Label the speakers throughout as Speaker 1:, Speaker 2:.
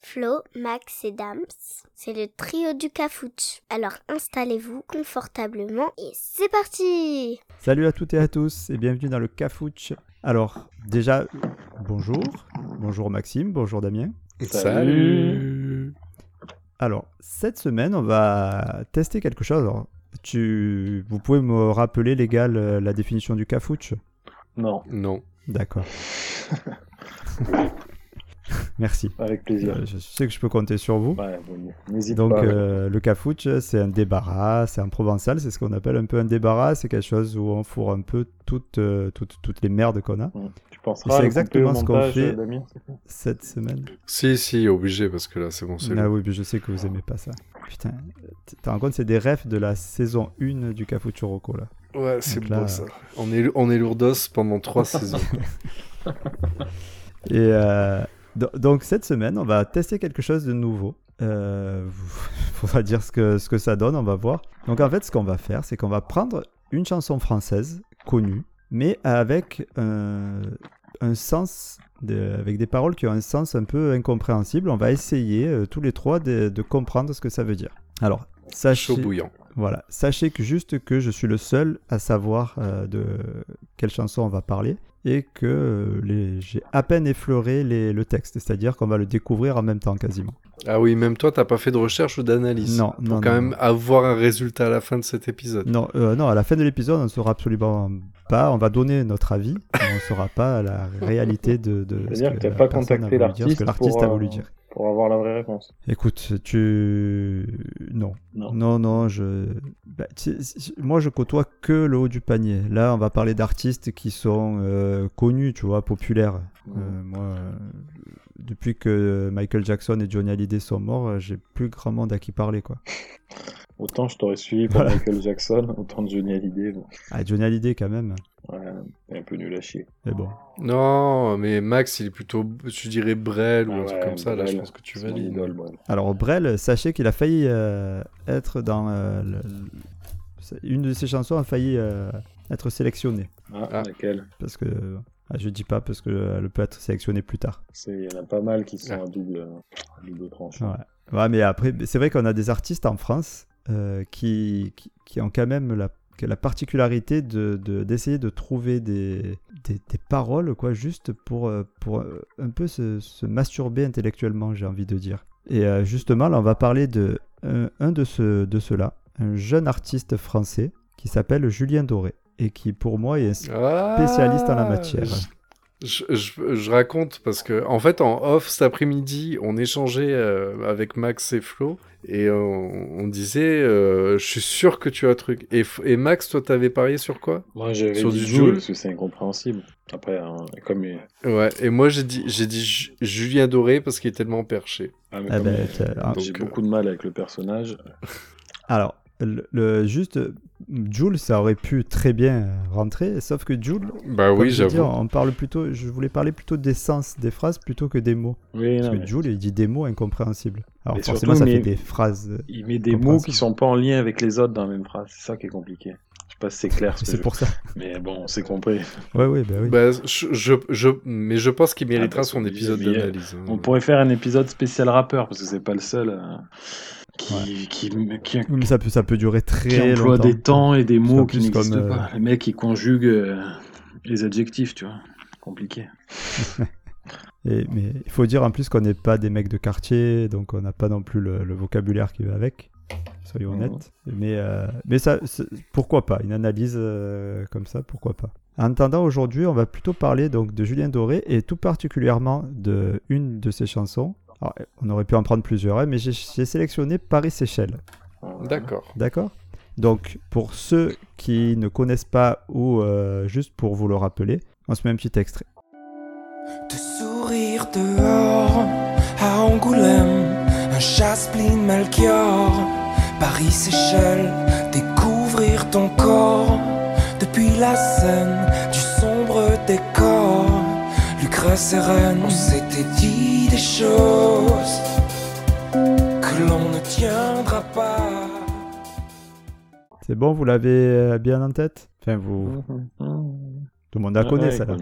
Speaker 1: Flo, Max et Dams. C'est le trio du Cafout. Alors installez-vous confortablement et c'est parti
Speaker 2: Salut à toutes et à tous et bienvenue dans le Cafouche. Alors, déjà, bonjour. Bonjour Maxime, bonjour Damien.
Speaker 3: Salut.
Speaker 2: Alors, cette semaine, on va tester quelque chose. Alors, tu... Vous pouvez me rappeler, les gars, le- la définition du Cafouche
Speaker 3: Non,
Speaker 4: Non.
Speaker 2: D'accord. Merci.
Speaker 3: avec plaisir.
Speaker 2: Euh, Je sais que je peux compter sur vous.
Speaker 3: Ouais, bon, n'hésite
Speaker 2: Donc
Speaker 3: pas.
Speaker 2: euh, le cafouche, c'est un débarras, c'est en provençal, c'est ce qu'on appelle un peu un débarras, c'est quelque chose où on fourre un peu toutes, euh, toutes, toutes les merdes qu'on a
Speaker 3: Hum, Tu penseras
Speaker 2: c'est
Speaker 3: à le couper
Speaker 2: exactement
Speaker 3: au
Speaker 2: ce qu'on
Speaker 3: montage,
Speaker 2: fait.
Speaker 3: euh, Damien
Speaker 2: cette semaine.
Speaker 4: Si, si, obligé, parce que là, c'est bon, c'est
Speaker 2: Ah
Speaker 4: long.
Speaker 2: oui, mais je sais que vous aimez pas ça. Putain, t- t'as en compte, c'est des refs de la saison 1 du cafouche Rocco là.
Speaker 4: Ouais, c'est
Speaker 2: Donc
Speaker 4: beau,
Speaker 2: là,
Speaker 4: ça. On est, on est lourdos pendant trois saisons.
Speaker 2: Et euh, do- donc cette semaine, on va tester quelque chose de nouveau. Euh, on va dire ce que, ce que ça donne, on va voir. Donc en fait, ce qu'on va faire, c'est qu'on va prendre une chanson française connue, mais avec un, un sens, de- avec des paroles qui ont un sens un peu incompréhensible. On va essayer euh, tous les trois de, de comprendre ce que ça veut dire. Alors, sachez,
Speaker 4: Chaud bouillant.
Speaker 2: voilà, sachez que juste que je suis le seul à savoir euh, de quelle chanson on va parler et que euh, les- j'ai à peine effleuré les- le texte, c'est-à-dire qu'on va le découvrir en même temps quasiment.
Speaker 4: Ah oui, même toi, t'as pas fait de recherche ou d'analyse
Speaker 2: Non,
Speaker 4: Pour
Speaker 2: non,
Speaker 4: quand
Speaker 2: non,
Speaker 4: même avoir un résultat à la fin de cet épisode.
Speaker 2: non, euh, non, à la fin de l'épisode, on ne saura absolument pas, on va donner notre avis, mais on ne saura pas la réalité de, de ce
Speaker 3: C'est-à-dire que t'as
Speaker 2: la
Speaker 3: pas
Speaker 2: personne a
Speaker 3: contacté
Speaker 2: voulu dire, ce
Speaker 3: l'artiste
Speaker 2: que l'artiste
Speaker 3: pour,
Speaker 2: a
Speaker 3: euh,
Speaker 2: voulu dire.
Speaker 3: pour avoir la vraie réponse.
Speaker 2: Écoute, tu... Non.
Speaker 3: Non.
Speaker 2: Non, non, je. bah, tu- tu- moi, je côtoie que le haut du panier. Là, on va parler d'artistes qui sont euh, connus, tu vois, populaires. Euh, moi, euh, depuis que Michael Jackson et Johnny Hallyday sont morts, euh, j'ai plus grand monde à qui parler, quoi.
Speaker 3: Autant je t'aurais suivi pour
Speaker 2: Voilà.
Speaker 3: Michael Jackson, autant de Johnny Hallyday, bon,
Speaker 2: Ah, Johnny Hallyday, quand même.
Speaker 3: ouais, t'es un peu nul à chier.
Speaker 2: Mais bon.
Speaker 4: Non, mais Max, il est plutôt, tu dirais Brel ou
Speaker 3: Ah
Speaker 4: un truc
Speaker 3: ouais,
Speaker 4: comme ça. Là,
Speaker 3: Brel,
Speaker 4: je pense que tu
Speaker 3: C'est mon
Speaker 4: valides.
Speaker 3: idole, moi.
Speaker 2: Alors, Brel, sachez qu'il a failli euh, être dans. euh, le- le- c'est- Une de ses chansons a failli euh, être sélectionnée.
Speaker 3: Ah,
Speaker 4: Ah.
Speaker 3: laquelle
Speaker 2: Parce que. ah, je dis pas, parce qu'elle peut être sélectionnée plus tard.
Speaker 3: C'est- Il y en a pas mal qui sont
Speaker 4: Ah.
Speaker 3: à double, euh, à double tranche.
Speaker 2: Ouais. Ouais, mais après, c'est vrai qu'on a des artistes en France euh, qui, qui, qui ont quand même la, qui ont la particularité d'essayer de, d'essayer de trouver des, des, des paroles, quoi, juste pour, euh, pour euh, un peu se, se masturber intellectuellement, j'ai envie de dire. Et euh, justement, là, on va parler de un, un de, ce, de ceux-là, un jeune artiste français qui s'appelle Julien Doré et qui, pour moi, est
Speaker 4: Ah,
Speaker 2: spécialiste en la matière.
Speaker 4: Je, je- je raconte parce que, en fait, en off cet après-midi, on échangeait euh, avec Max et Flo et on, on disait euh, Je suis sûr que tu as un truc. Et, F- et Max, toi, t'avais parié sur quoi
Speaker 3: Moi j'avais
Speaker 4: Sur
Speaker 3: dit
Speaker 4: du
Speaker 3: Jules
Speaker 4: Jules.
Speaker 3: parce que c'est incompréhensible. Après, hein, comme, il-
Speaker 4: Ouais, et moi, j'ai dit, j'ai dit Ju- Julien Doré parce qu'il est tellement perché.
Speaker 3: ah, mais
Speaker 2: Ah
Speaker 3: comme
Speaker 2: ben,
Speaker 3: il-
Speaker 2: t'as-
Speaker 3: j'ai
Speaker 4: donc, euh,
Speaker 3: beaucoup de mal avec le personnage.
Speaker 2: Alors, le, le- juste, Jules, ça aurait pu très bien rentrer, sauf que Jules,
Speaker 4: Bah
Speaker 2: comme
Speaker 4: oui,
Speaker 2: je dis, hein.
Speaker 4: j'avoue.
Speaker 2: on parle plutôt, je voulais parler plutôt des sens des phrases plutôt que des mots.
Speaker 3: Oui,
Speaker 2: Parce
Speaker 3: non,
Speaker 2: que
Speaker 3: mais-
Speaker 2: Jules, il dit des mots incompréhensibles. Alors
Speaker 3: Mais
Speaker 2: forcément,
Speaker 3: surtout,
Speaker 2: ça fait
Speaker 3: mais-
Speaker 2: des phrases.
Speaker 3: Il met des
Speaker 2: Compréhensible.
Speaker 3: mots qui sont pas en lien avec les autres dans la même phrase. C'est ça qui est compliqué. Je sais pas si c'est clair. ce que
Speaker 2: C'est
Speaker 3: je-
Speaker 2: pour ça.
Speaker 3: Mais bon, c'est compris.
Speaker 2: Ouais, ouais, bah oui.
Speaker 4: Bah, je, je, je- mais je pense qu'il
Speaker 3: Ah,
Speaker 4: méritera
Speaker 3: bah,
Speaker 4: son
Speaker 3: c'est
Speaker 4: épisode
Speaker 3: bien.
Speaker 4: d'analyse. hein.
Speaker 3: On pourrait faire un épisode spécial rappeur parce que c'est pas le seul euh, qui, qui, qui-
Speaker 2: Oui, mais ça peut, ça peut durer
Speaker 3: qui
Speaker 2: très
Speaker 3: emploie
Speaker 2: longtemps.
Speaker 3: des temps et des
Speaker 2: Parce qu'en
Speaker 3: mots qui
Speaker 2: plus,
Speaker 3: n'existent
Speaker 2: comme, euh,
Speaker 3: pas. Les mecs, ils conjuguent euh, les adjectifs, tu vois. Compliqué.
Speaker 2: Et- mais il faut dire en plus qu'on n'est pas des mecs de quartier, donc on n'a pas non plus le, le vocabulaire qui va avec. Soyons
Speaker 3: Mhm.
Speaker 2: honnêtes. Mais, euh, mais ça, c'est- pourquoi pas Une analyse euh, comme ça, pourquoi pas En attendant, aujourd'hui, on va plutôt parler donc de Julien Doré et tout particulièrement de une de ses chansons. Alors, on aurait pu en prendre plusieurs, hein, mais j'ai- j'ai sélectionné Paris-Séchelles.
Speaker 4: D'accord.
Speaker 2: D'accord Donc, pour ceux qui ne connaissent pas ou euh, juste pour vous le rappeler, on se met un petit extrait.
Speaker 5: De sourire dehors à Angoulême, un chasplin Melchior, Paris-Séchelles, découvrir ton corps depuis la scène du sombre décor. Lucrèce et Rennes, on s'était dit des choses que l'on ne tiendra pas.
Speaker 2: C'est bon, vous l'avez euh, bien en tête Enfin, vous... Tout le monde la connaît, ça.
Speaker 3: là.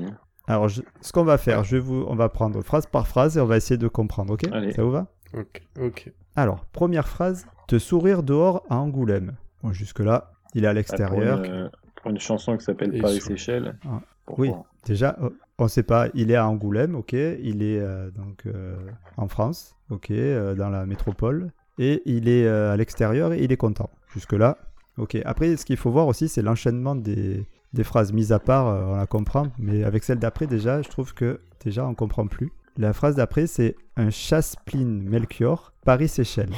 Speaker 2: Alors, je- ce qu'on va faire, je vais vous... on va prendre phrase par phrase et on va essayer de comprendre, ok
Speaker 3: Allez.
Speaker 2: Ça vous va
Speaker 4: Ok, ok.
Speaker 2: Alors, première phrase, te sourire dehors à Angoulême. Bon, jusque-là, il est à l'extérieur.
Speaker 3: Pour une, euh, pour une chanson qui s'appelle
Speaker 4: Et
Speaker 3: Paris-Seychelles.
Speaker 2: Ah,
Speaker 3: Pourquoi
Speaker 2: oui. Déjà, euh, on ne sait pas, il est à Angoulême, ok, il est euh, donc euh, en France, ok, euh, dans la métropole, et il est euh, à l'extérieur et il est content. Jusque-là, ok. Après, ce qu'il faut voir aussi, c'est l'enchaînement des, des phrases mises à part, euh, on la comprend, mais avec celle d'après, déjà, je trouve que déjà, on comprend plus. La phrase d'après, c'est un chasse-pline Melchior, Paris-Seychelles.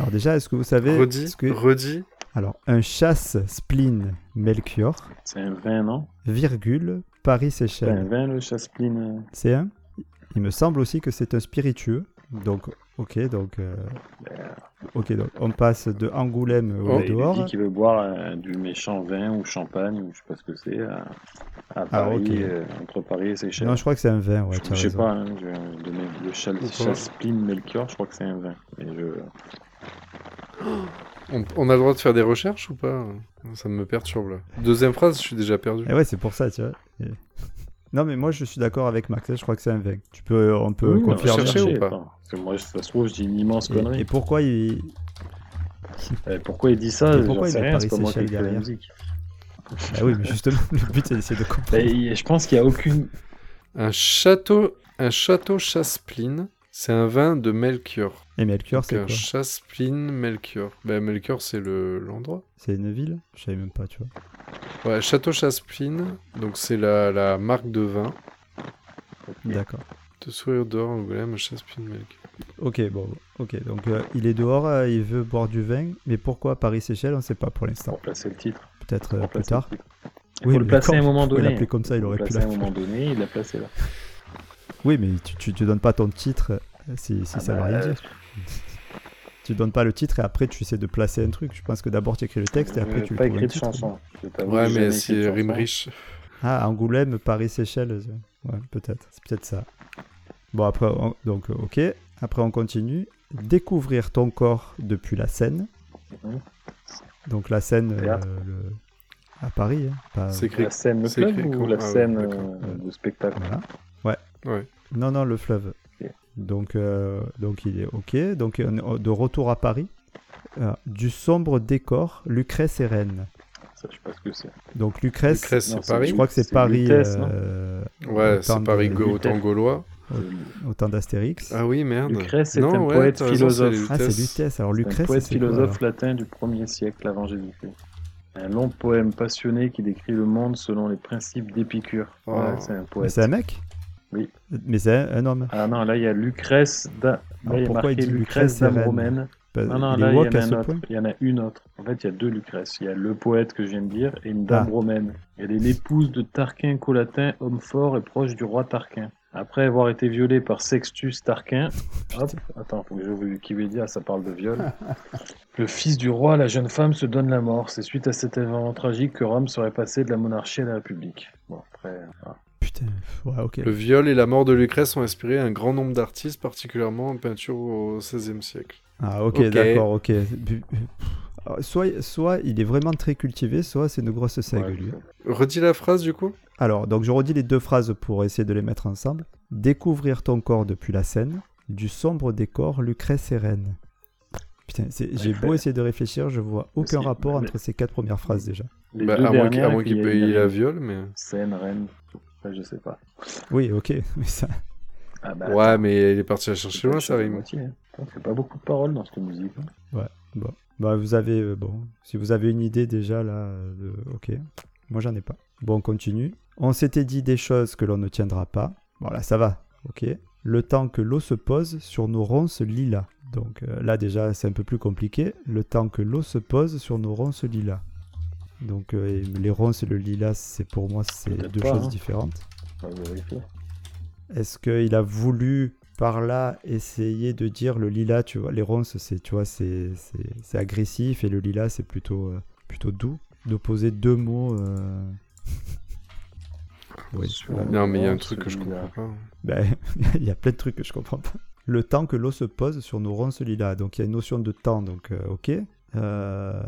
Speaker 2: Alors déjà, est-ce que vous savez...
Speaker 4: Redis,
Speaker 2: ce que...
Speaker 4: redis.
Speaker 2: Alors, un chasse-spleen Melchior,
Speaker 3: C'est un vin, non
Speaker 2: virgule,
Speaker 3: C'est un
Speaker 2: Paris-Seychelles.
Speaker 3: vin, le chaspline.
Speaker 2: C'est un. Il me semble aussi que c'est un spiritueux. Donc, ok, donc, euh, ok, donc on passe de Angoulême au
Speaker 4: Oh.
Speaker 3: il dit
Speaker 2: dehors.
Speaker 3: qu'il veut boire euh, du méchant vin ou champagne, ou je sais pas ce que c'est, à, à
Speaker 2: Ah,
Speaker 3: Paris,
Speaker 2: ok.
Speaker 3: euh, entre Paris et Seychelles.
Speaker 2: Non, je crois que c'est un vin. Ouais,
Speaker 3: Je-
Speaker 2: tu
Speaker 3: je
Speaker 2: as
Speaker 3: sais
Speaker 2: raison.
Speaker 3: pas, hein, je- de mes- le chal-
Speaker 4: Ou pas.
Speaker 3: chaspline Melchior, je crois que c'est un vin. Et je...
Speaker 4: On, on a le droit de faire des recherches ou pas Ça me perturbe là. Deuxième phrase, je suis déjà perdu.
Speaker 2: Eh ouais, c'est pour ça, tu vois. Et- Non, mais moi je suis d'accord avec Max. Je crois que c'est un vin. Tu peux, euh, on peut
Speaker 3: Oui, on peut
Speaker 2: confirmer.
Speaker 4: chercher ou
Speaker 3: chercher,
Speaker 4: pas
Speaker 3: attends. Parce que moi, ça se trouve, je dis une immense
Speaker 2: Et,
Speaker 3: connerie.
Speaker 2: et pourquoi il
Speaker 3: Euh, pourquoi il dit ça
Speaker 2: Et
Speaker 3: j'en
Speaker 2: pourquoi il
Speaker 3: sais
Speaker 2: met
Speaker 3: rien, c'est
Speaker 2: Paris
Speaker 3: pas moi qui
Speaker 2: Seychelles
Speaker 3: fais la
Speaker 2: derrière
Speaker 3: musique.
Speaker 2: Ah oui, mais justement, le but c'est d'essayer de comprendre.
Speaker 3: Ben, il- je pense qu'il n'y a aucune.
Speaker 4: Un château, un château Chaspline, c'est un vin de Melchior.
Speaker 2: Et Melchior, c'est
Speaker 4: Un
Speaker 2: quoi
Speaker 4: Chaspline Melchior. Ben Melchior, c'est le l'endroit.
Speaker 2: C'est une ville Je savais même pas, tu vois.
Speaker 4: Ouais, château Chaspline, donc c'est la, la marque de vin.
Speaker 2: D'accord.
Speaker 4: De sourire dehors, Angoulême, Chaspline Melchior.
Speaker 2: Ok, bon, ok. Donc euh, il est dehors, euh, il veut boire du vin, mais pourquoi Paris-Seychelles On sait pas pour l'instant.
Speaker 3: Pour placer le titre.
Speaker 2: Peut-être euh,
Speaker 3: Pour
Speaker 2: plus
Speaker 3: placer
Speaker 2: tard.
Speaker 3: le titre. faut le placer à un
Speaker 2: quand-
Speaker 3: moment
Speaker 2: pourquoi
Speaker 3: donné.
Speaker 2: l'appeler comme ça, il
Speaker 3: Pour
Speaker 2: aurait pu
Speaker 3: placer à un
Speaker 2: l'appeler.
Speaker 3: moment donné, il l'a placé là.
Speaker 2: Oui, mais tu, tu, tu donnes pas ton titre euh, si, si
Speaker 3: Ah
Speaker 2: ça
Speaker 3: bah,
Speaker 2: veut rien
Speaker 3: euh,
Speaker 2: dire. tu donnes pas le titre et après tu essaies de placer un truc. Je pense que d'abord tu écris le texte et
Speaker 3: Euh,
Speaker 2: après tu
Speaker 3: pas
Speaker 2: trouves un
Speaker 3: écrit de
Speaker 2: titre.
Speaker 3: chanson. Je t'avoue
Speaker 4: Ouais,
Speaker 3: que
Speaker 4: mais
Speaker 3: j'ai jamais écrit de
Speaker 4: c'est
Speaker 3: chanson.
Speaker 4: rime riche.
Speaker 2: Ah, Angoulême, Paris-Seychelles. euh, Ouais, peut-être. C'est peut-être ça. Bon, après, on- donc, euh, ok. Après, on continue. Découvrir ton corps depuis la Seine.
Speaker 3: Mhm.
Speaker 2: Donc, la Seine euh,
Speaker 3: Théâtre.
Speaker 2: le- à Paris. hein, pas-
Speaker 4: C'est écrit.
Speaker 3: La scène le
Speaker 4: C'est
Speaker 3: club
Speaker 4: écrit
Speaker 3: ou
Speaker 4: comme-
Speaker 3: la
Speaker 4: ah ouais,
Speaker 3: scène
Speaker 4: d'accord.
Speaker 3: euh, de spectacle
Speaker 2: Voilà. Ouais.
Speaker 4: Ouais.
Speaker 2: Non, non, le fleuve.
Speaker 3: Ok.
Speaker 2: Donc, euh, donc il est OK. Donc, euh, on est de retour à Paris. Euh, du sombre décor, Lucrèce et Rennes.
Speaker 3: Ça, je sais pas ce que c'est.
Speaker 2: Donc, Lucrèce,
Speaker 4: Lucrèce,
Speaker 3: non,
Speaker 4: c'est
Speaker 3: c'est
Speaker 4: Paris.
Speaker 2: je crois que c'est
Speaker 3: C'est
Speaker 2: Paris
Speaker 3: Lutèce, non
Speaker 2: euh,
Speaker 4: Ouais,
Speaker 2: Autant
Speaker 4: c'est Paris
Speaker 2: de-
Speaker 4: go- autant gaulois.
Speaker 2: au temps d'Astérix.
Speaker 4: Ah oui, merde.
Speaker 3: Lucrèce est
Speaker 4: Euh, Non,
Speaker 3: un
Speaker 4: ouais,
Speaker 3: poète
Speaker 4: t'as raison, c'est les
Speaker 3: philosophe.
Speaker 2: Ah, c'est
Speaker 4: Lutèce.
Speaker 2: Lutèce. Alors,
Speaker 3: C'est
Speaker 2: Lucrèce,
Speaker 3: un poète
Speaker 2: c'est quoi,
Speaker 3: philosophe latin du 1er siècle avant Jésus-Christ. Un long poème passionné qui décrit le monde selon les principes d'Épicure.
Speaker 4: Oh.
Speaker 3: Voilà, c'est un
Speaker 2: alors Mais
Speaker 3: poète.
Speaker 2: c'est un mec
Speaker 3: Oui.
Speaker 2: Mais c'est un, un homme.
Speaker 3: Ah non, là il y a Lucrèce d'A-
Speaker 2: Alors,
Speaker 3: Là, Ah, il y a
Speaker 2: pourquoi
Speaker 3: marqué
Speaker 2: il dit Lucrèce
Speaker 3: Lucrèce
Speaker 2: et
Speaker 3: d'âme
Speaker 2: Rennes
Speaker 3: romaine.
Speaker 2: Pas-
Speaker 3: Non, non,
Speaker 2: Euh, il
Speaker 3: là
Speaker 2: est
Speaker 3: il
Speaker 2: woke
Speaker 3: y, en
Speaker 2: à
Speaker 3: a
Speaker 2: ce
Speaker 3: un autre.
Speaker 2: point.
Speaker 3: il y en a une autre. En fait, il y a deux Lucrèce. Il y a le poète que je viens de dire et une dame
Speaker 2: Ah.
Speaker 3: romaine. Elle est l'épouse de Tarquin Colatin, homme fort et proche du roi Tarquin. Après avoir été violée par Sextus Tarquin, hop, attends, faut que j'ouvre Wikipédia, ça parle de viol. Le fils du roi, la jeune femme se donne la mort. C'est suite à cet événement tragique que Rome serait passée de la monarchie à la République. Bon, après, voilà.
Speaker 2: Putain, pff, ouais, ok.
Speaker 4: Le viol et la mort de Lucrèce ont inspiré un grand nombre d'artistes, particulièrement en peinture au XVIe siècle.
Speaker 2: Ah ok,
Speaker 4: Ok.
Speaker 2: d'accord, ok. Bu- Alors, Soit, soit il est vraiment très cultivé, soit c'est une grosse saigue
Speaker 3: Ouais,
Speaker 2: lui.
Speaker 4: Redis la phrase du coup
Speaker 2: Alors, donc je redis les deux phrases pour essayer de les mettre ensemble. Découvrir ton corps depuis la scène, du sombre décor Lucrèce et Rennes. Putain, c'est- j'ai beau essayer de réfléchir, je vois aucun
Speaker 3: si,
Speaker 2: rapport
Speaker 3: mais-
Speaker 2: entre ces quatre premières phrases déjà.
Speaker 3: les
Speaker 4: Bah, À
Speaker 3: deux
Speaker 4: moins qu'il- à
Speaker 3: dernières,
Speaker 4: moins
Speaker 3: puis
Speaker 4: qu'il
Speaker 3: il y a
Speaker 4: paye
Speaker 3: une
Speaker 4: la
Speaker 3: dernière.
Speaker 4: viol, mais.
Speaker 3: Seine, Rennes, ça, je sais pas.
Speaker 2: Oui, ok, mais ça...
Speaker 3: Ah bah,
Speaker 4: Ouais, mais il est parti la chercher loin,
Speaker 3: pas
Speaker 4: ça
Speaker 3: la
Speaker 4: rime.
Speaker 3: moitié, hein. Putain, C'est pas beaucoup de paroles dans cette musique. hein.
Speaker 2: Bon, bah vous avez... euh, bon, si vous avez une idée déjà là, euh, de- ok. Moi j'en ai pas. Bon, on continue. On s'était dit des choses que l'on ne tiendra pas. Voilà, ça va, ok. Le temps que l'eau se pose sur nos ronces lilas. Donc euh, là déjà c'est un peu plus compliqué. Le temps que l'eau se pose sur nos ronces lilas. Donc euh, et les ronces et le lilas, c'est pour moi c'est
Speaker 3: Peut-être
Speaker 2: deux
Speaker 3: pas,
Speaker 2: choses
Speaker 3: hein.
Speaker 2: différentes.
Speaker 3: On va vérifier.
Speaker 2: Est-ce qu'il a voulu par là essayer de dire le lilas, tu vois, les ronces, c'est tu vois, c'est c'est- c'est agressif et le lilas c'est plutôt euh, plutôt doux d'opposer deux mots. euh, Oui,
Speaker 3: Sur-
Speaker 2: voilà.
Speaker 4: Non, mais il y a un
Speaker 3: Oh,
Speaker 4: truc que je
Speaker 3: celui-là.
Speaker 4: comprends pas.
Speaker 2: Ben, il y a plein de trucs que je comprends pas. Le temps que l'eau se pose sur nos ronces lilas. Donc il y a une notion de temps, donc euh, ok. Euh,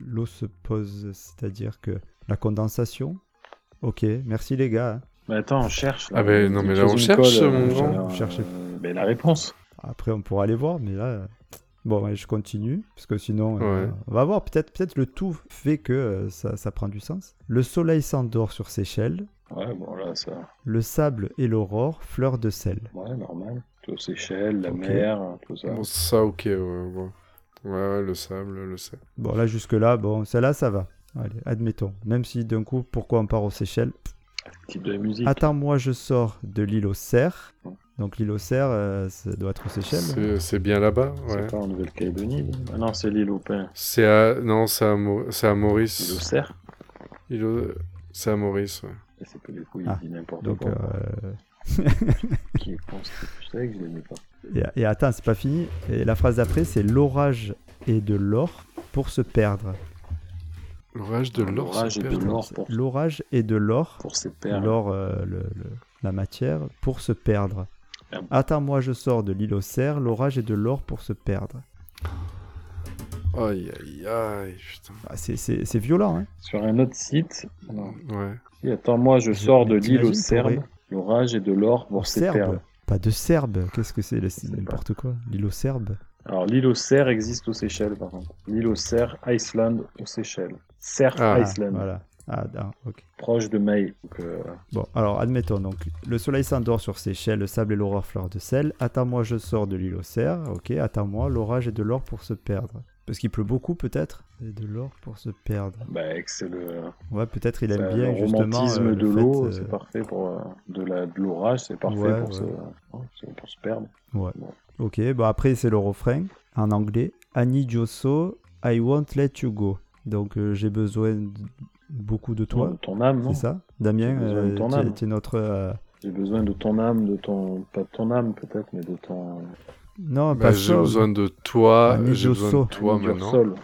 Speaker 2: l'eau se pose, c'est-à-dire que la condensation. Ok, merci les gars. hein.
Speaker 3: Mais attends, on cherche. euh,
Speaker 4: Ah ben, non, mais là, on cherche, mon grand.
Speaker 2: Cherchez.
Speaker 3: Mais euh, la réponse.
Speaker 2: Après, on pourra aller voir, mais là. euh, Bon, ouais, je continue, parce que sinon, euh,
Speaker 4: Ouais.
Speaker 2: on va voir. Peut-être peut le tout fait que euh, ça, ça prend du sens. Le soleil s'endort sur Seychelles,
Speaker 3: Ouais, bon, là, ça.
Speaker 2: le sable et l'aurore, fleur de sel.
Speaker 3: Ouais, normal. Tout aux Seychelles, la
Speaker 2: Ok.
Speaker 3: mer, hein, tout ça.
Speaker 4: Bon, ça, ok, ouais, ouais. Ouais, ouais, le sable, le sable.
Speaker 2: Bon, là, jusque-là, bon, celle-là, ça va. Allez, admettons. Même si d'un coup, pourquoi on part aux Seychelles
Speaker 3: Type de musique.
Speaker 2: Attends-moi, je sors de l'île aux cerfs. Donc, l'île aux cerfs, euh, ça doit être aux Seychelles.
Speaker 4: C'est- C'est bien là-bas, ouais.
Speaker 3: C'est pas en Nouvelle-Calédonie. Ah non, c'est l'île au pain.
Speaker 4: C'est à... Non, c'est à, Mau- c'est à
Speaker 3: L'île au
Speaker 4: Maurice.
Speaker 3: cerf.
Speaker 4: Il au- C'est à Maurice, ouais.
Speaker 3: Et c'est que du coup, il
Speaker 2: Ah.
Speaker 3: dit n'importe
Speaker 2: Donc,
Speaker 3: quoi.
Speaker 2: euh,
Speaker 3: Qui pense que tu sais que je l'aimais pas.
Speaker 2: et, et attends, c'est pas fini. Et la phrase d'après, c'est l'orage et de l'or pour se perdre.
Speaker 4: L'orage de l'or,
Speaker 3: Ah, L'orage et de l'or pour,
Speaker 2: L'orage et de l'or,
Speaker 3: pour ses pères.
Speaker 2: l'or, euh, le- le- la matière, pour se perdre.
Speaker 3: Ah.
Speaker 2: Attends-moi, je sors de l'île aux cerfs. L'orage et de l'or pour se perdre.
Speaker 4: Aïe, aïe, aïe, putain.
Speaker 2: Ah, c'est- c'est c'est violent, hein
Speaker 3: Sur un autre site, non.
Speaker 4: Ouais.
Speaker 3: Et attends, moi, je sors de l'île aux
Speaker 2: T'imagines,
Speaker 3: Serbes.
Speaker 2: t'aurais-
Speaker 3: L'orage et de l'or pour ses
Speaker 2: Serbe.
Speaker 3: perles.
Speaker 2: Pas de Serbe. Qu'est-ce que c'est le-
Speaker 3: sais
Speaker 2: C'est n'importe quoi. L'île aux Serbes.
Speaker 3: Alors, l'île aux cerfs existe aux Seychelles, par contre. L'île aux cerfs, Iceland, aux Seychelles. Cerf
Speaker 4: Ah,
Speaker 3: Iceland,
Speaker 2: Voilà. Ah, ah, ok.
Speaker 3: proche de Maï. Donc, euh,
Speaker 2: Bon, alors admettons donc, le soleil s'endort sur Seychelles, le sable et l'aurore fleur de sel. Attends-moi, je sors de l'île aux cerfs. Ok, attends-moi, l'orage et de l'or pour se perdre. Parce qu'il pleut beaucoup peut-être. Et de l'or pour se perdre.
Speaker 3: bah, que c'est le,
Speaker 2: Ouais, peut-être il
Speaker 3: bah,
Speaker 2: aime
Speaker 3: le
Speaker 2: bien justement
Speaker 3: romantisme
Speaker 2: euh,
Speaker 3: de
Speaker 2: le fait,
Speaker 3: l'eau,
Speaker 2: euh,
Speaker 3: c'est parfait pour euh, de la de l'orage, c'est parfait
Speaker 2: Ouais,
Speaker 3: pour,
Speaker 2: ouais.
Speaker 3: Se, hein, c'est pour se perdre.
Speaker 2: Ok, bon après c'est le refrain en anglais. Annie Josso, I won't let you go. Donc euh, j'ai besoin de- beaucoup de toi.
Speaker 3: de ton âme, non
Speaker 2: C'est ça Damien,
Speaker 3: J'ai besoin de
Speaker 2: euh,
Speaker 3: ton
Speaker 2: t'es-
Speaker 3: âme.
Speaker 2: t'es notre... euh,
Speaker 3: J'ai besoin de ton âme, de ton pas de ton âme peut-être, mais de ton
Speaker 2: Non,
Speaker 4: Bah,
Speaker 2: pas
Speaker 4: j'ai
Speaker 2: Saul.
Speaker 4: besoin de toi,
Speaker 2: Annie
Speaker 4: j'ai besoin
Speaker 2: Josso.
Speaker 4: de toi
Speaker 3: Annie
Speaker 4: maintenant.
Speaker 3: Dursol.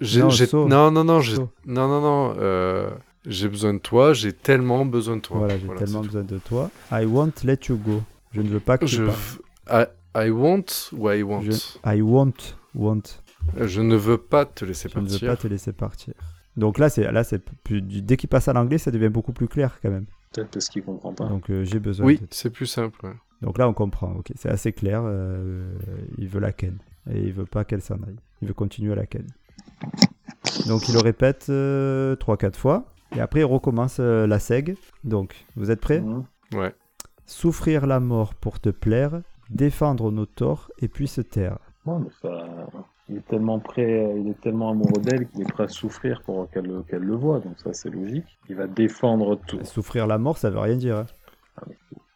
Speaker 4: J'ai-
Speaker 2: Non,
Speaker 4: j'ai-
Speaker 2: Saul.
Speaker 4: Non, non, non, j'ai-
Speaker 2: Saul.
Speaker 4: non, non, non, euh, j'ai besoin de toi, j'ai tellement besoin de toi.
Speaker 2: Voilà, j'ai
Speaker 4: c'est
Speaker 2: tellement
Speaker 4: tout.
Speaker 2: besoin de toi. I won't let you go. Je ne veux pas que
Speaker 4: Je...
Speaker 2: tu partes.
Speaker 4: v- I... I want ou I want.
Speaker 2: Je- I won't, won't.
Speaker 4: Euh, Je ne veux pas te laisser
Speaker 2: Je ne veux
Speaker 4: partir.
Speaker 2: pas te laisser partir. Donc là, c'est là, c'est plus... du- dès qu'il passe à l'anglais, ça devient beaucoup plus clair quand même.
Speaker 3: peut-être parce qu'il comprend pas.
Speaker 2: Donc euh, j'ai besoin.
Speaker 4: Oui,
Speaker 2: de-
Speaker 4: c'est plus simple. ouais.
Speaker 2: Donc là, on comprend. Ok, c'est assez clair. euh, il veut la ken et il veut pas qu'elle s'en aille. Il veut continuer à la ken. Donc il le répète 3-4 fois et après il recommence euh, la seg. Donc vous êtes prêts
Speaker 3: Mhm.
Speaker 4: Ouais.
Speaker 2: Souffrir la mort pour te plaire, défendre nos torts et puis se taire.
Speaker 3: Ouais, mais ça- il est tellement prêt, il est tellement amoureux d'elle qu'il est prêt à souffrir pour qu'elle le- qu'elle le voie. Donc ça, c'est logique. Il va défendre tout.
Speaker 2: Souffrir la mort, ça veut rien dire. hein.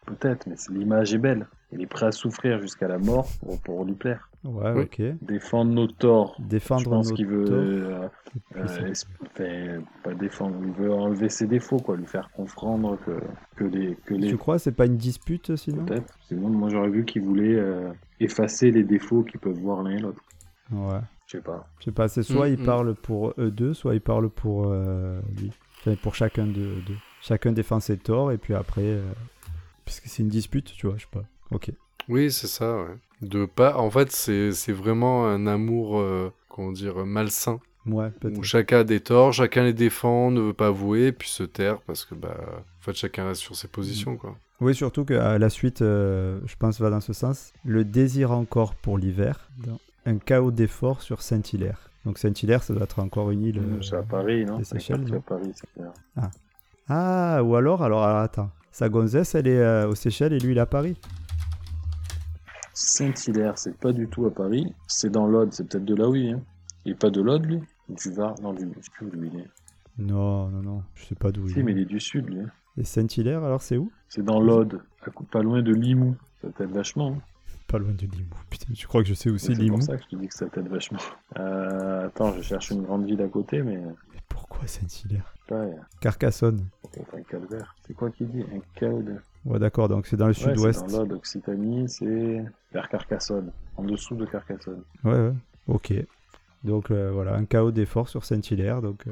Speaker 3: Peut-être, mais c'est- l'image est belle. Il est prêt à souffrir jusqu'à la mort pour, pour lui plaire.
Speaker 2: Ouais,
Speaker 4: Oui.
Speaker 2: ok.
Speaker 3: Défendre nos torts. Je
Speaker 2: Défendre
Speaker 3: pense
Speaker 2: nos
Speaker 3: qu'il veut
Speaker 2: torts.
Speaker 3: euh,
Speaker 2: et
Speaker 3: euh,
Speaker 2: puis se-
Speaker 3: es- enfin, pas défendre, il veut enlever ses défauts, quoi, lui faire comprendre que, que les que les
Speaker 2: Tu crois c'est pas une dispute sinon
Speaker 3: peut-être. Sinon, moi j'aurais vu qu'il voulait euh, effacer les défauts qu'ils peuvent voir l'un et l'autre.
Speaker 2: Ouais.
Speaker 3: Je sais pas.
Speaker 2: Je sais pas. C'est soit
Speaker 4: Mm,
Speaker 2: il
Speaker 4: mm.
Speaker 2: parle pour eux deux, soit il parle pour euh, lui. Enfin, pour chacun d'eux deux. Chacun défend ses torts et puis après, euh, parce que c'est une dispute, tu vois, je sais pas. Ok.
Speaker 4: Oui, c'est ça. ouais. De pas. En fait, c'est c'est vraiment un amour, euh, comment dire, malsain.
Speaker 2: Ouais,
Speaker 4: Où
Speaker 2: peut-être.
Speaker 4: chacun a des torts, chacun les défend, ne veut pas avouer, puis se taire parce que bah, en fait, chacun reste sur ses positions,
Speaker 2: Mm.
Speaker 4: quoi.
Speaker 2: Oui, surtout que euh, la suite, euh, je pense, va dans ce sens. Le désir encore pour l'hiver. dans Un chaos d'efforts sur Saint-Hilaire. Donc Saint-Hilaire, ça doit être encore une île. euh,
Speaker 3: C'est à Paris, non
Speaker 2: les
Speaker 3: C'est
Speaker 2: Seychelles,
Speaker 3: parti
Speaker 2: non
Speaker 3: à Paris, c'est clair.
Speaker 2: Ah, ou alors, alors attends. Sa gonzesse, elle est euh, aux Seychelles et lui, il est à Paris.
Speaker 3: Saint-Hilaire, c'est pas du tout à Paris, c'est dans l'Aude, c'est peut-être de là où il est. hein. Il est pas de l'Aude, lui Ou Du Var Non, du... je sais plus où lui il est.
Speaker 2: Non, non, non, je sais pas d'où il
Speaker 3: Si, mais il
Speaker 2: est.
Speaker 3: est du Sud, lui. hein.
Speaker 2: Et Saint-Hilaire, alors c'est où
Speaker 3: C'est dans l'Aude, à coup- pas loin de Limoux. Ça t'aide vachement. hein.
Speaker 2: Pas loin de Limoux. Putain, je crois que je sais où c'est
Speaker 3: C'est
Speaker 2: Limoux.
Speaker 3: pour ça que je te dis que ça t'aide vachement. Euh, attends, je cherche une grande ville à côté, mais
Speaker 2: Mais pourquoi Saint-Hilaire
Speaker 3: je sais pas, il y a
Speaker 2: Carcassonne.
Speaker 3: peut-être un calvaire. C'est quoi qu'il dit Un chaos de...
Speaker 2: Ouais, d'accord, donc c'est dans le
Speaker 3: Ouais,
Speaker 2: sud-ouest.
Speaker 3: c'est dans l'Aude, Occitanie, c'est vers Carcassonne, en dessous de Carcassonne.
Speaker 2: Ouais, ouais. Ok. Donc euh, voilà, un chaos d'efforts sur Saint-Hilaire. Donc, euh,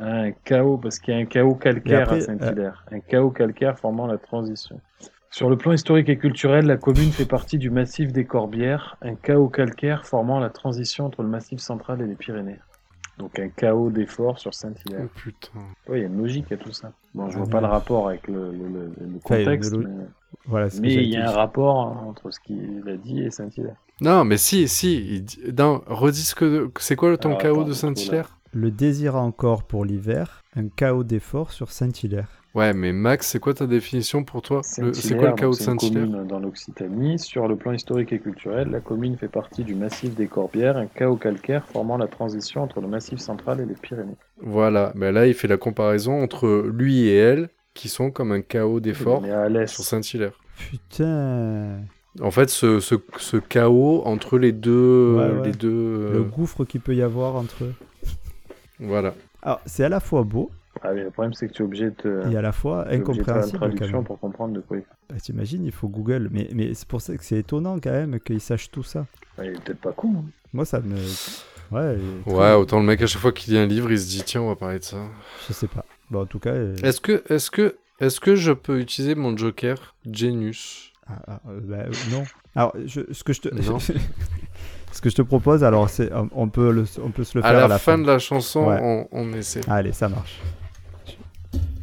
Speaker 3: Ah, un chaos, parce qu'il y a un chaos calcaire
Speaker 2: Et après,
Speaker 3: à Saint-Hilaire. Un chaos calcaire formant la transition. Sur le plan historique et culturel, la commune fait partie du massif des Corbières, un chaos calcaire formant la transition entre le massif central et les Pyrénées. Donc un chaos d'efforts sur Saint-Hilaire.
Speaker 4: Oh, putain.
Speaker 3: Ouais, il y a une logique à tout ça. Bon, je
Speaker 2: Ah,
Speaker 3: vois
Speaker 2: mais-
Speaker 3: pas le rapport avec le, le- le- le
Speaker 2: Enfin, il y a une
Speaker 3: contexte,
Speaker 2: lo-
Speaker 3: mais-
Speaker 2: Voilà, c'est
Speaker 3: mais il y a un
Speaker 2: un
Speaker 3: rapport hein, entre ce qu'il a dit et Saint-Hilaire.
Speaker 4: Non, mais si, si. il dit- Non, redis ce que. C'est quoi ton
Speaker 3: Alors,
Speaker 4: chaos
Speaker 3: attends,
Speaker 4: de Saint-Hilaire
Speaker 2: Le désir encore pour l'hiver, un chaos d'efforts sur Saint-Hilaire.
Speaker 4: Ouais, mais Max, c'est quoi ta définition pour toi Le- C'est
Speaker 3: Saint-Hilaire,
Speaker 4: quoi le
Speaker 3: donc,
Speaker 4: chaos de
Speaker 3: c'est une
Speaker 4: Saint-Hilaire
Speaker 3: commune dans l'Occitanie. Sur le plan historique et culturel, la commune fait partie du massif des Corbières, un chaos calcaire formant la transition entre le massif central et les Pyrénées.
Speaker 4: Voilà, mais là, il fait la comparaison entre lui et elle, qui sont comme un chaos d'efforts
Speaker 3: Mais à l'est.
Speaker 4: sur Saint-Hilaire.
Speaker 2: Putain
Speaker 4: En fait, ce, ce, ce chaos entre les deux.
Speaker 2: Ouais, ouais.
Speaker 4: Les deux
Speaker 2: Le
Speaker 4: euh,
Speaker 2: gouffre qu'il peut y avoir entre eux.
Speaker 4: Voilà.
Speaker 2: Alors, c'est à la fois beau
Speaker 3: Ah oui, le problème, c'est que tu es obligé de te.
Speaker 2: et à la fois
Speaker 3: t'es obligé de faire une
Speaker 2: incompréhensible. quand
Speaker 3: traduction
Speaker 2: même.
Speaker 3: pour comprendre de quoi il parle.
Speaker 2: Bah, T'imagines, il faut Google. Mais, mais c'est pour ça que c'est étonnant quand même qu'ils sachent tout ça.
Speaker 3: Ouais, Ah, Il est peut-être pas con. hein.
Speaker 2: Moi, ça me. Ouais, très-
Speaker 4: Ouais, autant le mec, à chaque fois qu'il lit un livre, il se dit tiens, on va parler de ça.
Speaker 2: je sais pas. Bon, en tout cas. euh,
Speaker 4: Est-ce que, est que, est que je peux utiliser mon joker, Genius
Speaker 2: Ah, ah, euh, bah, euh, non. Alors, je, ce que je te.
Speaker 4: Mais non.
Speaker 2: ce que je te propose, alors, c'est on, on peut le, on peut se le
Speaker 4: À
Speaker 2: faire
Speaker 4: la,
Speaker 2: à la
Speaker 4: fin, de la chanson,
Speaker 2: Ouais.
Speaker 4: on, on essaie.
Speaker 2: Allez, ça marche.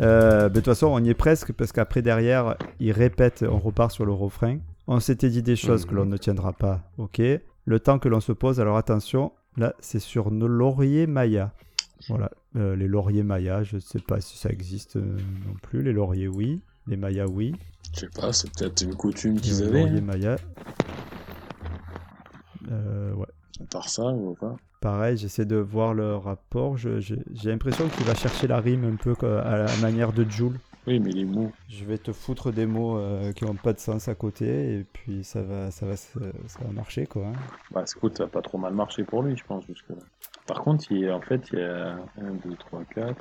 Speaker 2: Euh, ben, de toute façon, on y est presque parce qu'après derrière, il répète, on repart sur le refrain. On s'était dit des choses que
Speaker 4: Mhm.
Speaker 2: l'on ne tiendra pas, ok. Le temps que l'on se pose, alors attention, là c'est sur nos lauriers Maya. Voilà, Euh, les lauriers Maya, je ne sais pas si ça existe euh, non plus. Les lauriers, oui. Les Mayas, oui.
Speaker 3: Je sais pas, c'est peut-être une coutume
Speaker 2: Les
Speaker 3: qu'ils avaient.
Speaker 2: lauriers
Speaker 3: hein.
Speaker 2: Maya. Euh, ouais.
Speaker 3: À part hein, ça, ou pas.
Speaker 2: Pareil, j'essaie de voir le rapport. Je- je- J'ai l'impression qu'il va chercher la rime un peu quoi, à la manière de Joule.
Speaker 3: Oui, mais les mots.
Speaker 2: Je vais te foutre des mots euh, qui n'ont pas de sens à côté et puis ça va, ça va, se- ça va marcher quoi. hein.
Speaker 3: Bah, écoute, ça a pas trop mal marché pour lui, je pense, jusque-là. Par contre, il, en fait, il y a 1, 2, 3, 4,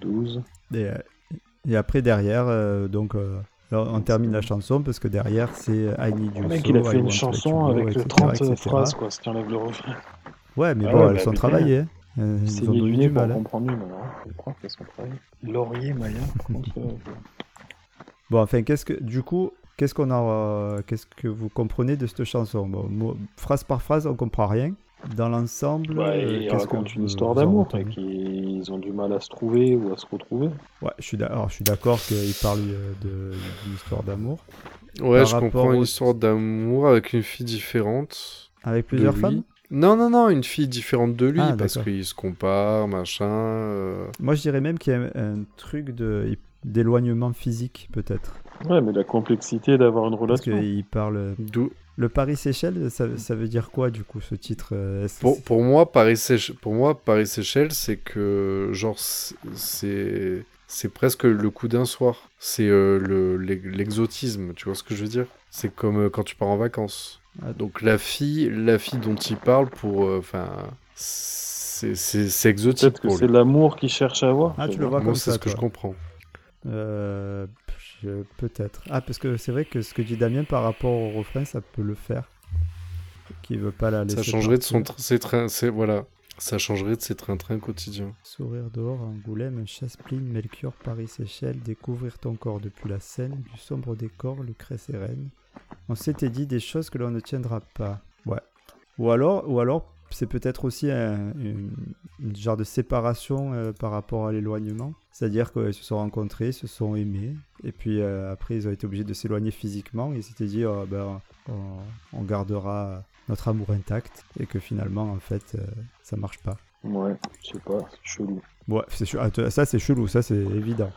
Speaker 3: 12.
Speaker 2: Et, euh, et après derrière, euh, donc euh, là, on termine la chanson parce que derrière c'est I Need You
Speaker 3: Le mec,
Speaker 2: So,
Speaker 3: il a
Speaker 2: I
Speaker 3: fait
Speaker 2: Want
Speaker 3: une
Speaker 2: to Let You
Speaker 3: chanson
Speaker 2: Go,
Speaker 3: avec
Speaker 2: etc.,
Speaker 3: 30
Speaker 2: etc.
Speaker 3: phrases, quoi, si tu enlèves le refrain.
Speaker 2: Ouais, mais
Speaker 3: Ah
Speaker 2: bon,
Speaker 3: ouais,
Speaker 2: elles
Speaker 3: bah,
Speaker 2: sont
Speaker 3: putain.
Speaker 2: travaillées. hein. Euh,
Speaker 3: C'est
Speaker 2: Ils ont
Speaker 3: des
Speaker 2: eu
Speaker 3: nez
Speaker 2: du
Speaker 3: pour
Speaker 2: mal. hein.
Speaker 3: comprendre nul, alors. Je crois qu'ils sont travaillés. Laurier, Maya, par contre. euh,
Speaker 2: Bon, enfin, qu'est-ce que du coup, qu'est-ce qu'on a, euh, qu'est-ce que vous comprenez de cette chanson Bon, mot- Phrase par phrase, on comprend rien. Dans l'ensemble,
Speaker 3: Bah,
Speaker 2: euh,
Speaker 3: ils
Speaker 2: qu'est-ce que
Speaker 3: racontent une
Speaker 2: vous-
Speaker 3: histoire
Speaker 2: vous en
Speaker 3: d'amour,
Speaker 2: retenez
Speaker 3: mec. Ils ont du mal à se trouver ou à se retrouver.
Speaker 2: Ouais, je suis d'a- alors, je suis d'accord qu'il parle euh, de d'une histoire d'amour
Speaker 4: Ouais,
Speaker 2: Par
Speaker 4: je
Speaker 2: rapport
Speaker 4: comprends une
Speaker 2: au-
Speaker 4: histoire d'amour avec une fille différente.
Speaker 2: avec
Speaker 4: de
Speaker 2: plusieurs
Speaker 4: lui.
Speaker 2: femmes.
Speaker 4: Non, non, non, une fille différente de lui,
Speaker 2: Ah,
Speaker 4: parce
Speaker 2: d'accord.
Speaker 4: qu'ils se comparent, machin. euh.
Speaker 2: Moi, je dirais même qu'il y a un, un truc de d'éloignement physique peut-être
Speaker 3: Ouais, mais la complexité d'avoir une
Speaker 2: parce
Speaker 3: relation.
Speaker 2: qu'il parle euh,
Speaker 4: D'où-
Speaker 2: le Paris Seychelles ça, ça veut dire quoi du coup ce titre euh, est-ce que
Speaker 4: Pour,
Speaker 2: c'est-
Speaker 4: pour moi, Paris Seychelles, pour moi, Paris Seychelles, c'est que genre c'est- c'est c'est presque le coup d'un soir. C'est euh, le- l'e- l'exotisme, tu vois ce que je veux dire C'est comme euh, quand tu pars en vacances.
Speaker 2: Ah.
Speaker 4: Donc la fille, la fille dont il parle pour, euh, enfin, c'est- c'est c'est exotique
Speaker 3: Peut-être que
Speaker 4: pour
Speaker 3: c'est
Speaker 4: lui.
Speaker 3: l'amour qu'ils cherchent à avoir.
Speaker 2: Ah, tu le
Speaker 3: vois.
Speaker 2: vois
Speaker 4: Moi,
Speaker 2: comme
Speaker 4: c'est
Speaker 2: ça
Speaker 4: ce que
Speaker 2: toi.
Speaker 4: je comprends.
Speaker 2: Euh, je- peut-être. Ah, parce que c'est vrai que ce que dit Damien par rapport au refrain, ça peut le faire. Qui veut pas la laisser.
Speaker 4: Ça changerait de son
Speaker 2: partir.
Speaker 4: tr- ses trains, c'est voilà, ça changerait de ses trains-trains quotidiens.
Speaker 2: Sourire dehors, Angoulême, Chaspline, Melchior, Paris, Seychelles, découvrir ton corps depuis la scène, du sombre décor, Lucrèce Sérène. On s'était dit des choses que l'on ne tiendra pas. Ouais. Ou alors, ou alors c'est peut-être aussi un, une, une genre de séparation euh, par rapport à l'éloignement. C'est-à-dire qu'ils se sont rencontrés, se sont aimés, et puis euh, après ils ont été obligés de s'éloigner physiquement. Ils s'étaient dit, Oh, ben, on, on gardera notre amour intact, et que finalement, en fait, euh, ça marche pas.
Speaker 3: Ouais, je sais pas, c'est chelou.
Speaker 2: Ouais, c'est chou- ah, t- ça c'est chelou, ça c'est évident.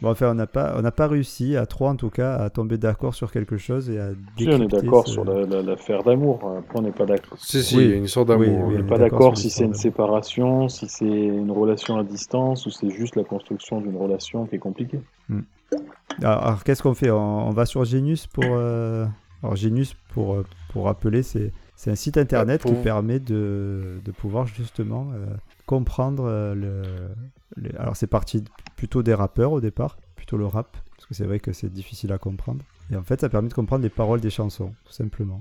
Speaker 2: Bon, enfin, on n'a pas, on n'a pas réussi à trois en tout cas à tomber d'accord sur quelque chose et à
Speaker 3: Si on est
Speaker 2: décrypter
Speaker 3: d'accord
Speaker 2: ce-
Speaker 3: sur la- la- l'affaire d'amour, hein. après on n'est pas d'accord.
Speaker 4: Si, si,
Speaker 2: Oui.
Speaker 4: il y a une histoire d'amour.
Speaker 2: Oui,
Speaker 4: hein.
Speaker 3: On
Speaker 2: oui.
Speaker 3: n'est pas
Speaker 2: d'accord
Speaker 3: d'accord
Speaker 2: sur
Speaker 3: si c'est une
Speaker 2: l'histoire
Speaker 3: séparation, si c'est une relation à distance ou c'est juste la construction d'une relation qui est compliquée.
Speaker 2: Alors, alors, qu'est-ce qu'on fait on, on va sur Genius pour. euh, Alors Genius pour euh, pour rappeler, c'est c'est un site internet
Speaker 4: Ah, pour-
Speaker 2: qui permet de, de pouvoir justement euh, comprendre euh, le, le- Alors c'est parti de- plutôt des rappeurs au départ, plutôt le rap, parce que c'est vrai que c'est difficile à comprendre. Et en fait, ça permet de comprendre les paroles des chansons, tout simplement.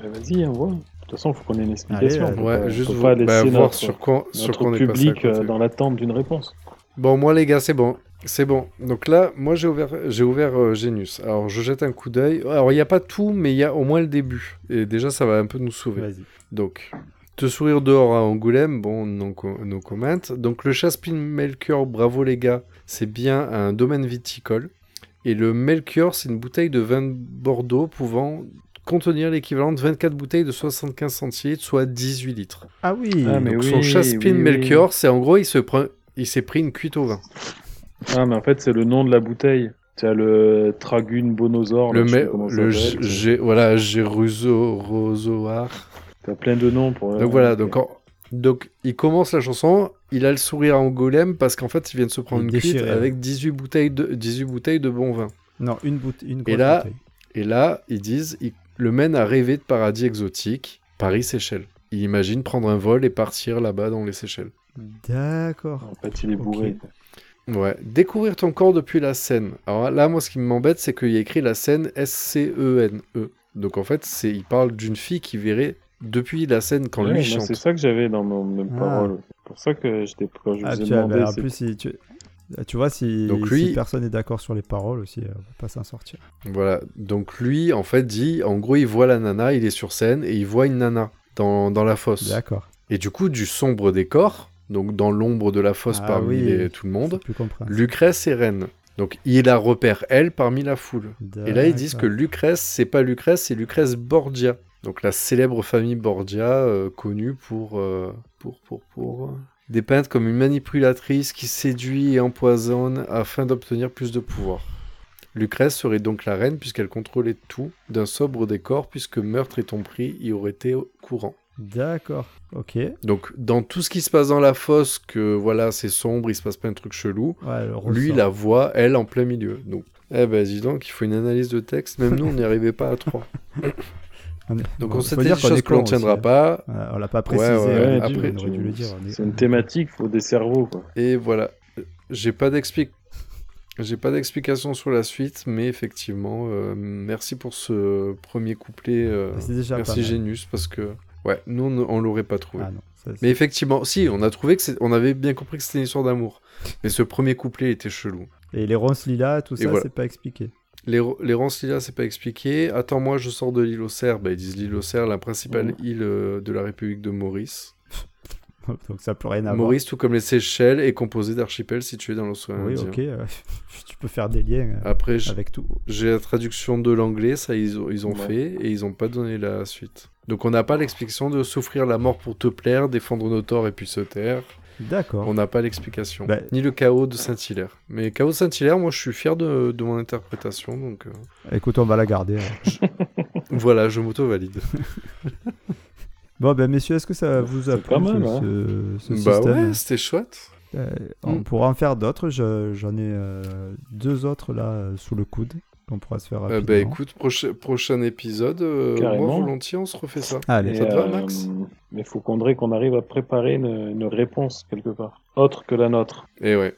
Speaker 3: Mais vas-y, on voit. De toute façon, il faut qu'on ait une explication.
Speaker 2: Allez,
Speaker 3: on peut
Speaker 4: Ouais,
Speaker 3: pas-
Speaker 4: juste
Speaker 3: on peut
Speaker 4: vo-
Speaker 3: pas
Speaker 4: bah,
Speaker 3: laisser
Speaker 4: voir
Speaker 3: notre,
Speaker 4: sur quoi, sur
Speaker 3: notre
Speaker 4: quoi on est passé à
Speaker 3: public
Speaker 4: côté.
Speaker 3: euh, dans l'attente d'une réponse.
Speaker 4: Bon, moi les gars, c'est bon. C'est bon. Donc là, moi j'ai ouvert, j'ai ouvert euh, Genius. Alors je jette un coup d'œil. Alors il n'y a pas tout, mais il y a au moins le début. Et déjà, ça va un peu nous sauver.
Speaker 2: Vas-y.
Speaker 4: Donc, Te sourire dehors à Angoulême, bon, non, co- no comment. Donc le Chaspin Melchior, bravo les gars, c'est bien un domaine viticole. Et le Melchior, c'est une bouteille de vin de Bordeaux pouvant contenir l'équivalent de 24 bouteilles de 75 centilitres, soit 18 litres.
Speaker 2: Ah oui
Speaker 3: Ah, mais
Speaker 4: Donc
Speaker 3: oui,
Speaker 4: son Chaspin
Speaker 3: oui, oui.
Speaker 4: Melchior, c'est en gros, il se prend- il s'est pris une cuite au vin.
Speaker 3: Ah, mais en fait, c'est le nom de la bouteille. T'as le Tragune Bonosaur.
Speaker 4: Le,
Speaker 3: là, je sais
Speaker 4: me-
Speaker 3: pas comment ça
Speaker 4: le
Speaker 3: s'appelle.
Speaker 4: G- G- voilà, Gérusoar.
Speaker 3: T'as plein de noms pour. euh,
Speaker 4: Donc voilà, donc, en- donc il commence la chanson, il a le sourire en golem parce qu'en fait, ils viennent se prendre
Speaker 2: Il
Speaker 4: une
Speaker 2: est déchiré,
Speaker 4: cuite
Speaker 2: ouais.
Speaker 4: avec 18 bouteilles de, 18 bouteilles de bon vin.
Speaker 2: Non, une, boute, une grosse
Speaker 4: là-
Speaker 2: bouteille.
Speaker 4: Et là, ils disent, il le mène à rêver de paradis exotique, Paris-Seychelles. Il imagine prendre un vol et partir là-bas dans les Seychelles.
Speaker 2: D'accord.
Speaker 3: En fait, il est bourré.
Speaker 2: Ok.
Speaker 4: Ouais. Découvrir ton corps depuis la scène. Alors là, moi, ce qui m'embête, c'est qu'il y a écrit la scène S-C-E-N-E. E Donc en fait, c'est, il parle d'une fille qui verrait depuis la scène quand
Speaker 3: Ouais,
Speaker 4: lui
Speaker 3: moi,
Speaker 4: chante.
Speaker 3: C'est ça que j'avais dans mon mes
Speaker 2: Ah.
Speaker 3: paroles. C'est pour ça que j'étais quand je
Speaker 2: Ah,
Speaker 3: vous ai
Speaker 2: tu, as-
Speaker 3: demandé.
Speaker 2: bah, en
Speaker 3: c'est-
Speaker 2: plus, si tu, Ah, tu vois, si,
Speaker 4: Donc,
Speaker 2: si
Speaker 4: lui-
Speaker 2: personne n'est d'accord sur les paroles aussi, euh, on va pas s'en sortir.
Speaker 4: Voilà. Donc lui, en fait, dit, en gros, il voit la nana, il est sur scène et il voit une nana dans, dans la fosse.
Speaker 2: D'accord.
Speaker 4: Et du coup, du sombre décor, donc dans l'ombre de la fosse
Speaker 2: Ah
Speaker 4: parmi
Speaker 2: oui.
Speaker 4: les- tout le monde,
Speaker 2: C'est plus compréhensible.
Speaker 4: Lucrèce et Reine. Donc il la repère, elle, parmi la foule. Et là, ils disent que
Speaker 2: D'accord.
Speaker 4: Lucrèce, c'est pas Lucrèce, c'est Lucrèce Borgia. Donc la célèbre famille Borgia, euh, connue pour, euh, pour, pour, pour euh, dépeindre comme une manipulatrice qui séduit et empoisonne afin d'obtenir plus de pouvoir. Lucrèce serait donc la reine puisqu'elle contrôlait tout d'un sobre décor puisque meurtre et tromperie y auraient été courant.
Speaker 2: D'accord. Ok. Ouais,
Speaker 4: Donc dans tout ce qui se passe dans la fosse, que voilà, c'est sombre, il se passe pas un truc chelou,
Speaker 2: le
Speaker 4: lui
Speaker 2: ressort.
Speaker 4: la voit, elle, en plein milieu. Donc, eh ben, dis donc, il faut une analyse de texte. Même nous, on n'y arrivait pas à trois.
Speaker 2: On est-
Speaker 4: Donc,
Speaker 2: bon,
Speaker 4: on
Speaker 2: faut
Speaker 4: s'était dit
Speaker 2: dire
Speaker 4: des choses
Speaker 2: est
Speaker 4: que l'on
Speaker 2: con
Speaker 4: ne tiendra
Speaker 2: aussi, hein.
Speaker 4: pas.
Speaker 2: Euh, on l'a pas précisé.
Speaker 4: Ouais, ouais,
Speaker 2: euh,
Speaker 4: ouais,
Speaker 2: après,
Speaker 4: dis-
Speaker 2: on aurait dû le dire. on est-
Speaker 3: C'est une thématique, faut des cerveaux. Quoi.
Speaker 4: Et voilà. Euh, J'ai pas d'explic... J'ai pas d'explication sur la suite, mais effectivement, euh, merci pour ce premier couplet. euh,
Speaker 2: Bah, Ah, C'est déjà pas
Speaker 4: merci
Speaker 2: mal.
Speaker 4: Génus, parce que, ouais, nous, on, on l'aurait pas trouvé.
Speaker 2: Ah non. ça, c'est-
Speaker 4: Mais effectivement, si, on a trouvé que c'est- on avait bien compris que c'était une histoire d'amour. Mais ce premier couplet était chelou.
Speaker 2: Et les ronces lilas, tout
Speaker 4: Et
Speaker 2: ça,
Speaker 4: voilà.
Speaker 2: c'est pas expliqué.
Speaker 4: Les, les Rancelias, c'est pas expliqué. Attends, moi, je sors de l'île aux cerfs. Bah, ils disent l'île aux cerfs, la principale
Speaker 2: Mmh.
Speaker 3: Mhm.
Speaker 4: île euh, de la République de Maurice.
Speaker 2: Donc ça peut rien à voir.
Speaker 4: Maurice, tout comme les Seychelles, est composée d'archipels situés dans l'océan
Speaker 2: Oui,
Speaker 4: Indien.
Speaker 2: ok. euh, tu peux faire des liens euh,
Speaker 4: Après, j-
Speaker 2: avec tout.
Speaker 4: j'ai la traduction de l'anglais, ça, ils ont, ils ont
Speaker 3: Ouais.
Speaker 4: fait, et ils ont pas donné la suite. Donc, on n'a pas l'explication de souffrir la mort pour te plaire, défendre nos torts et puis se taire.
Speaker 2: D'accord.
Speaker 4: On n'a pas l'explication.
Speaker 2: Bah-
Speaker 4: Ni le chaos de Saint-Hilaire. Mais chaos de Saint-Hilaire, moi, je suis fier de, de mon interprétation, donc euh,
Speaker 2: Écoute, on va la garder. hein.
Speaker 4: voilà, je m'auto-valide.
Speaker 2: Bon, ben messieurs, est-ce que ça vous a
Speaker 3: C'est
Speaker 2: plu
Speaker 3: pas mal,
Speaker 2: ce,
Speaker 3: hein.
Speaker 2: ce- ce
Speaker 4: bah
Speaker 2: système
Speaker 4: ouais, c'était chouette.
Speaker 2: Euh, On
Speaker 4: Mm.
Speaker 2: pourra en faire d'autres. je- J'en ai euh, deux autres là euh, sous le coude. On pourra se faire
Speaker 4: Euh,
Speaker 2: rapidement.
Speaker 4: bah écoute, proche- prochain épisode, euh, moi
Speaker 3: Carrément.
Speaker 4: volontiers on se refait ça.
Speaker 2: Allez,
Speaker 3: Et, euh,
Speaker 4: ça te va, Max
Speaker 3: Mais faut qu'on dirait qu'on arrive à préparer une, une réponse quelque part, autre que la nôtre.
Speaker 4: Et Eh ouais.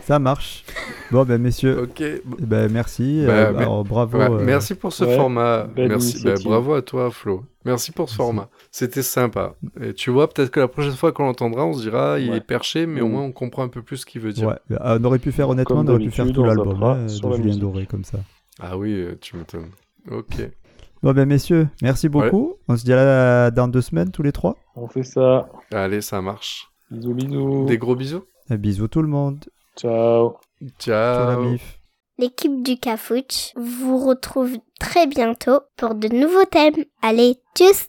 Speaker 2: ça marche. bon, ben messieurs,
Speaker 4: Ok. b-
Speaker 2: eh ben, merci.
Speaker 4: Bah,
Speaker 2: euh,
Speaker 4: mer-
Speaker 2: alors, bravo.
Speaker 4: ouais,
Speaker 2: euh,
Speaker 4: Merci pour ce
Speaker 3: ouais,
Speaker 4: format.
Speaker 3: belle
Speaker 4: Merci. bah,
Speaker 3: initiative.
Speaker 4: bravo à toi, Flo. Merci pour ce format. C'était sympa. Et tu vois, peut-être que la prochaine fois qu'on l'entendra, on se dira, il
Speaker 3: Ouais.
Speaker 4: est perché, mais au
Speaker 3: Mm.
Speaker 4: moins on comprend un peu plus ce qu'il veut dire.
Speaker 2: Ouais, bah, on aurait pu faire, honnêtement,
Speaker 3: Comme
Speaker 2: on aurait pu faire
Speaker 3: d'habitude,
Speaker 2: tout
Speaker 3: on
Speaker 2: l'album
Speaker 3: zappera
Speaker 2: hein, de
Speaker 3: sur la
Speaker 2: Julien
Speaker 3: musique.
Speaker 2: Doré comme ça.
Speaker 4: Ah oui, euh, tu m'étonnes. Ok.
Speaker 2: Bon, ben messieurs, merci beaucoup. On se dit à la- dans deux semaines, tous les trois.
Speaker 3: On fait ça.
Speaker 4: Allez, ça marche.
Speaker 3: Bisous, bisous.
Speaker 4: Des gros bisous.
Speaker 2: Euh, Bisous tout le monde.
Speaker 3: Ciao.
Speaker 2: Sur la
Speaker 4: Ciao.
Speaker 2: mif.
Speaker 1: L'équipe du Cafouche vous retrouve très bientôt pour de nouveaux thèmes. Allez, tchuss